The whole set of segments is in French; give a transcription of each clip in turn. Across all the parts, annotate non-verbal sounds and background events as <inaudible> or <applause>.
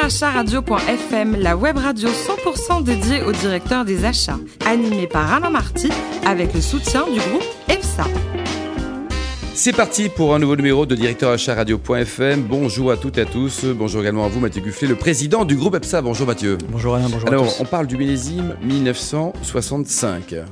directeurachat-radio.fm, la web radio 100% dédiée au directeur des achats, animée par Alain Marty avec le soutien du groupe EPSA. C'est parti pour un nouveau numéro de Directeur Achat Radio.fm. Bonjour à toutes et à tous. Bonjour également à vous, Mathieu Gufflet, le président du groupe EPSA. Bonjour Mathieu. Bonjour Alain, bonjour Alors, à tous. on parle du millésime 1965. Ah,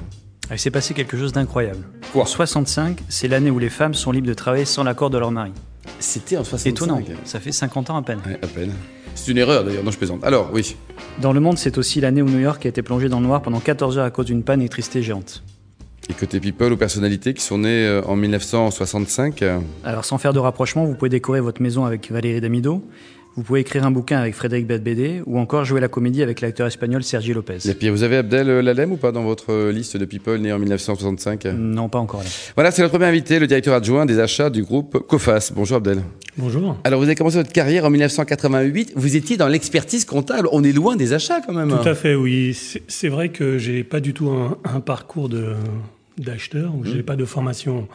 Il s'est passé quelque chose d'incroyable. Quoi En 65, c'est l'année où les femmes sont libres de travailler sans l'accord de leur mari. C'était en 65. Étonnant, ça fait 50 ans à peine. Ouais, à peine. C'est une erreur d'ailleurs, non je plaisante. Alors, oui. Dans le monde, c'est aussi l'année où New York a été plongé dans le noir pendant 14 heures à cause d'une panne électricité géante. Et côté people ou personnalités qui sont nées euh, en 1965, euh, Alors sans faire de rapprochement, vous pouvez décorer votre maison avec Valérie Damido, vous pouvez écrire un bouquin avec Frédéric Beigbeder ou encore jouer la comédie avec l'acteur espagnol Sergi Lopez. et puis vous avez Abdel euh, Lalem ou pas dans votre euh, liste de people nés en 1965 Non, pas encore là. Voilà, c'est notre premier invité, le directeur adjoint des achats du groupe COFAS. Bonjour Abdel. Bonjour. Alors vous avez commencé votre carrière en 1988, vous étiez dans l'expertise comptable, on est loin des achats quand même. Tout à fait, oui. C'est c'est vrai que j'ai pas du tout un, un parcours de- d'acheteur, ou j'ai pas de formation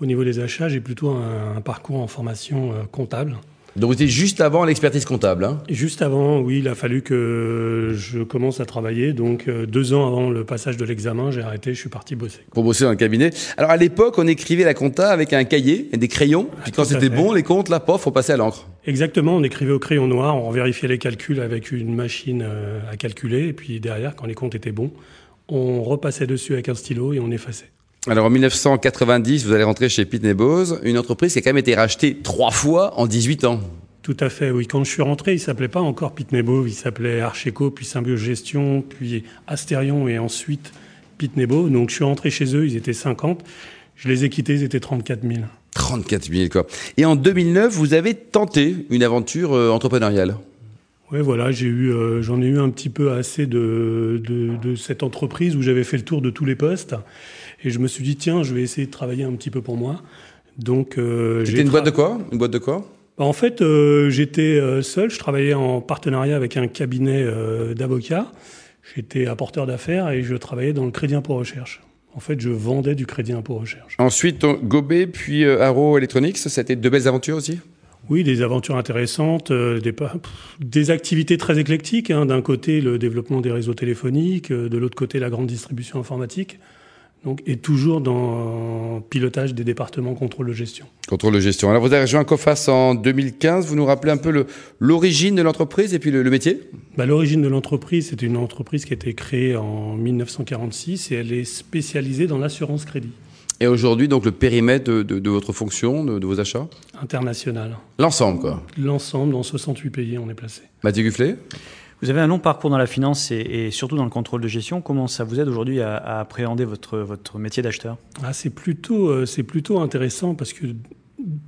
au niveau des achats, j'ai plutôt un, un parcours en formation euh, comptable. Donc vous étiez juste avant l'expertise comptable. hein. Et juste avant, oui, il a fallu que je commence à travailler, donc euh, deux ans avant le passage de l'examen, j'ai arrêté, je suis parti bosser. pour bosser dans le cabinet. Alors à l'époque, on écrivait la compta avec un cahier et des crayons. Puis quand tout à c'était fait. bon, les comptes, là, pof, on passait à l'encre. Exactement, on écrivait au crayon noir, on vérifiait les calculs avec une machine euh, à calculer, et puis derrière, quand les comptes étaient bons, on repassait dessus avec un stylo et on effaçait. Alors en 1990, vous allez rentrer chez Pitney Bowes, une entreprise qui a quand même été rachetée trois fois en 18 ans. Tout à fait, oui. Quand je suis rentré, il s'appelait pas encore Pitney Bowes, il s'appelait Archeco, puis Symbiogestion, puis Astérion et ensuite Pitney Bowes. Donc je suis rentré chez eux, ils étaient 50. Je les ai quittés, ils étaient 34 000. 34 000 quoi. Et en 2009, vous avez tenté une aventure euh, entrepreneuriale. Ouais, voilà, j'ai eu, euh, j'en ai eu un petit peu assez de, de, de cette entreprise où j'avais fait le tour de tous les postes. Et je me suis dit, tiens, je vais essayer de travailler un petit peu pour moi. Donc, euh, C'était une tra- boîte de quoi Une boîte de quoi Bah, En fait, euh, j'étais euh, seul. Je travaillais en partenariat avec un cabinet euh, d'avocats. J'étais apporteur d'affaires et je travaillais dans le crédit impôt recherche. En fait, je vendais du crédit impôt recherche. Ensuite, on- Gobet, puis euh, Arrow Electronics, ça a été deux belles aventures aussi Oui, des aventures intéressantes, euh, des, pa- pff, des activités très éclectiques. hein. D'un côté, le développement des réseaux téléphoniques, euh, de l'autre côté, la grande distribution informatique. Donc, et toujours dans le pilotage des départements contrôle de gestion. Contrôle de gestion. Alors vous avez rejoint COFAS en 2015, vous nous rappelez un peu le- l'origine de l'entreprise et puis le- le métier Bah, L'origine de l'entreprise, c'était une entreprise qui a été créée en 1946 et elle est spécialisée dans l'assurance crédit Et aujourd'hui, donc, le périmètre de, de- de votre fonction, de, de vos achats internationale. L'ensemble, quoi. L'ensemble, dans 68 pays, on est placé. Mathieu Gufflet Vous avez un long parcours dans la finance et, et surtout dans le contrôle de gestion. Comment ça vous aide aujourd'hui à, à appréhender votre, votre métier d'acheteur Ah, c'est plutôt, euh, c'est plutôt intéressant parce que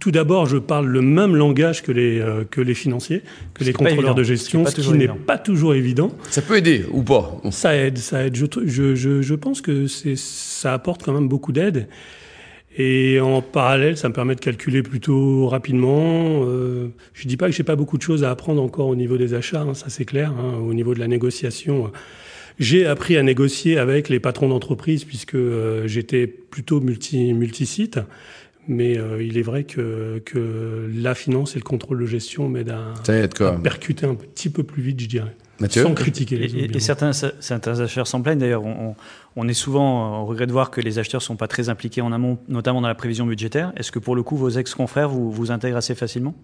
tout d'abord, je parle le même langage que les, euh, que les financiers, que Ce les qui est pas évident, contrôleurs de ce qui est gestion, pas ce qui toujours n'est évident. pas toujours évident. Ça peut aider, ou pas Ça aide, ça aide. Je, tr- je, je, je pense que c'est, ça apporte quand même beaucoup d'aide. Et en parallèle, ça me permet de calculer plutôt rapidement. Euh, je dis pas que j'ai pas beaucoup de choses à apprendre encore au niveau des achats, hein, ça c'est clair. hein. au niveau de la négociation, euh, j'ai appris à négocier avec les patrons d'entreprise puisque euh, j'étais plutôt multi multisite. Mais euh, il est vrai que, que la finance et le contrôle de gestion m'aident à, Ça aide, à quoi. percuter un petit peu plus vite, je dirais, Mathieu sans critiquer les Et- autres. Et, bien et sûr. certains, certains acheteurs s'en plaignent d'ailleurs. On, on- on est souvent euh, au regret de voir que les acheteurs ne sont pas très impliqués en amont, notamment dans la prévision budgétaire. Est-ce que pour le coup, vos ex-confrères vous, vous intègrent assez facilement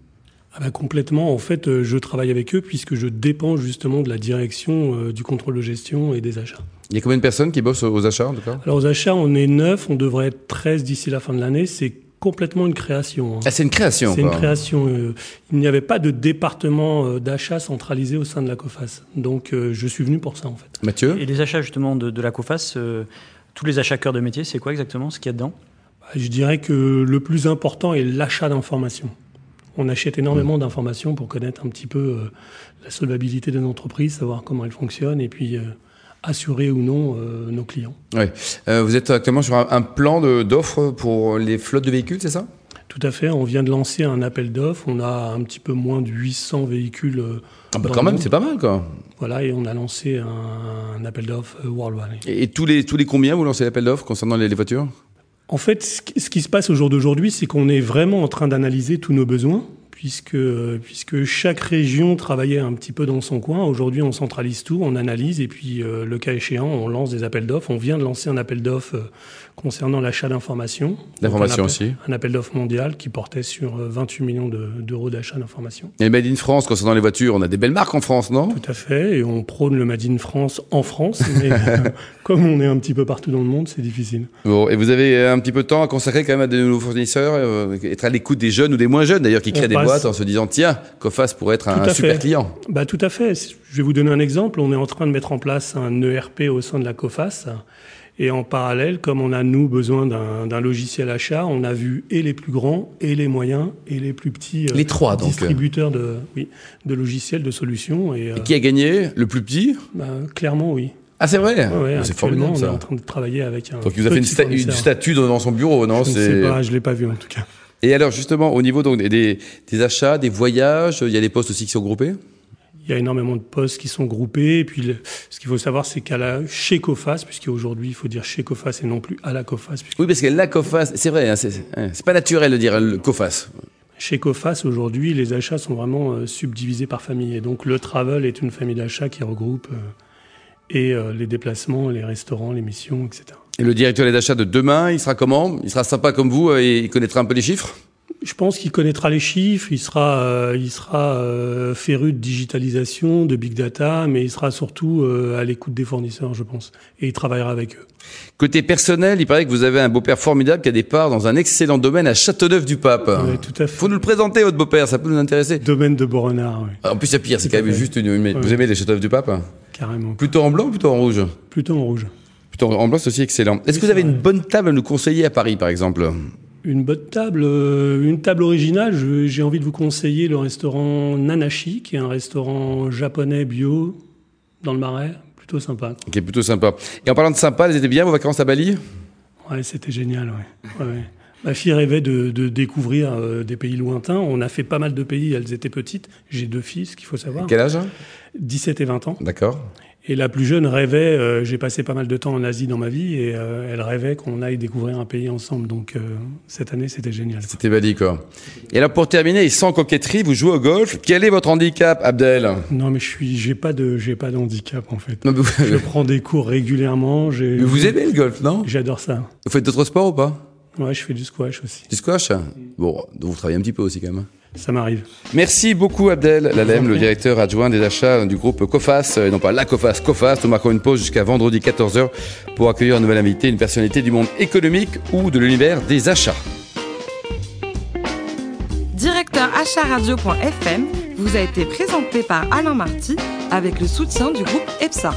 Ah bah complètement. En fait, euh, je travaille avec eux puisque je dépends justement de la direction euh, du contrôle de gestion et des achats. Il y a combien de personnes qui bossent aux, aux achats, en tout cas Alors aux achats, on est 9, on devrait être 13 d'ici la fin de l'année. C'est complètement une création. hein. Ah, c'est une création, C'est une quoi. création. euh, il n'y avait pas de département euh, d'achat centralisé au sein de la COFAS. Donc euh, je suis venu pour ça en fait. Mathieu Et les achats justement de, de la COFAS, euh, tous les achats cœur de métier, c'est quoi exactement ce qu'il y a dedans Bah, Je dirais que le plus important est l'achat d'informations. On achète Mmh. énormément d'informations pour connaître un petit peu euh, la solvabilité d'une entreprise, savoir comment elle fonctionne et puis euh, assurer ou non euh, nos clients. Ouais. Euh, Vous êtes actuellement sur un, un plan de- d'offres pour les flottes de véhicules, c'est ça Tout à fait, on vient de lancer un appel d'offres, on a un petit peu moins de 800 véhicules. euh, ah bah, dans Quand le même, monde. c'est pas mal, quoi. Voilà, et on a lancé un, un appel d'offres euh, worldwide. Et, et tous, les, tous les combien vous lancez l'appel d'offres concernant les, les voitures En fait, ce qui, ce qui se passe au jour d'aujourd'hui, c'est qu'on est vraiment en train d'analyser tous nos besoins, puisque, puisque chaque région travaillait un petit peu dans son coin. Aujourd'hui, on centralise tout, on analyse, et puis euh, le cas échéant, on lance des appels d'offres. On vient de lancer un appel d'offres euh, concernant l'achat d'informations. D'informations Donc, un appel- aussi. Un appel d'offres mondial qui portait sur euh, 28 millions de- d'euros d'achat d'informations. Et Made in France, concernant les voitures, on a des belles marques en France, non Tout à fait, et on prône le Made in France en France, mais <laughs> euh, comme on est un petit peu partout dans le monde, c'est difficile. Bon, et vous avez euh, un petit peu de temps à consacrer quand même à de nouveaux fournisseurs, euh, être à l'écoute des jeunes ou des moins jeunes d'ailleurs qui On créent des passe. boîtes en se disant tiens, Cofas pourrait être Tout un à super fait. client. Bah, tout à fait. Je vais vous donner un exemple. On est en train de mettre en place un ERP au sein de la COFAS. Et en parallèle, comme on a, nous, besoin d'un d'un logiciel achat, on a vu et les plus grands, et les moyens, et les plus petits euh, Les trois, donc, euh. distributeurs de, oui, de logiciels, de solutions. Et, euh, Et qui a gagné Le plus petit bah, clairement, oui. Ah c'est vrai Ouais, ouais, C'est actuellement, formidable on est en ça. train de travailler avec un. Donc il vous a fait une, petit sta- une fournisseur. statue devant son bureau, non Je ne C'est- sais pas, je ne l'ai pas vu en tout cas. Et alors justement, au niveau donc, des- des, des achats, des voyages, il y a des postes aussi qui sont groupés Il y a énormément de postes qui sont groupés. Et puis, le- ce qu'il faut savoir, c'est qu'à la chez Cofas, puisqu'aujourd'hui, il faut dire chez Cofas et non plus à la Cofas, puisque Oui, parce que la Cofas, c'est vrai, hein, c'est hein, c'est pas naturel de dire le Cofas. chez Cofas, aujourd'hui, les achats sont vraiment euh, subdivisés par famille. Et donc, le travel est une famille d'achats qui regroupe euh, et euh, les déplacements, les restaurants, les missions, etc. Et le directeur des achats de demain, il sera comment Il sera sympa comme vous euh, et il connaîtra un peu les chiffres Je pense qu'il connaîtra les chiffres, il sera, euh, il sera euh, féru de digitalisation, de big data, mais il sera surtout euh, à l'écoute des fournisseurs, je pense, et il travaillera avec eux. Côté personnel, il paraît que vous avez un beau-père formidable qui a des parts dans un excellent domaine à Châteauneuf-du-Pape. Ouais, tout à fait. Faut nous le présenter, votre beau-père, ça peut nous intéresser. Ah, Domaine de Boronard, oui, En plus, c'est pire, c'est Tout à quand même fait. juste une... une- Vous Ouais. aimez les Châteauneuf-du-Pape carrément. Plutôt en blanc ou plutôt en rouge Plutôt en rouge. Plutôt en blanc, c'est aussi excellent. Est-ce Oui, que vous avez c'est une vrai. bonne table à nous conseiller à Paris, par exemple Une bonne table, euh, une table originale. je- J'ai envie de vous conseiller le restaurant Nanashi, qui est un restaurant japonais bio dans le Marais, plutôt sympa. quoi. Qui est plutôt sympa. Et en parlant de sympa, elles étaient bien vos vacances à Bali Ouais, c'était génial. Ouais. Ouais, ouais. Ma fille rêvait de, de découvrir euh, des pays lointains. On a fait pas mal de pays. Elles étaient petites. J'ai deux filles, ce qu'il faut savoir, Quel âge 17 et 20 ans. D'accord. Et la plus jeune rêvait. euh, J'ai passé pas mal de temps en Asie dans ma vie, et euh, elle rêvait qu'on aille découvrir un pays ensemble. Donc euh, cette année, c'était génial. quoi. C'était Bali, quoi. Et alors, pour terminer, et sans coquetterie, vous jouez au golf. Quel est votre handicap, Abdel Non, mais je suis, j'ai pas de, j'ai pas d'handicap en fait. Non, mais vous... <laughs> Je prends des cours régulièrement. J'ai, mais vous aimez le golf, non J'adore ça. Vous faites d'autres sports ou pas Ouais, je fais du squash aussi. Du squash hein. Bon, donc vous travaillez un petit peu aussi quand même. hein. Ça m'arrive. Merci beaucoup Abdel Lalem, le directeur adjoint des achats du groupe COFAS, euh, et non pas la COFAS, COFAS. Nous marquons une pause jusqu'à vendredi 14h pour accueillir un nouvel invité, une personnalité du monde économique ou de l'univers des achats. Directeur acharadio.fm vous a été présenté par Alain Marty avec le soutien du groupe EPSA.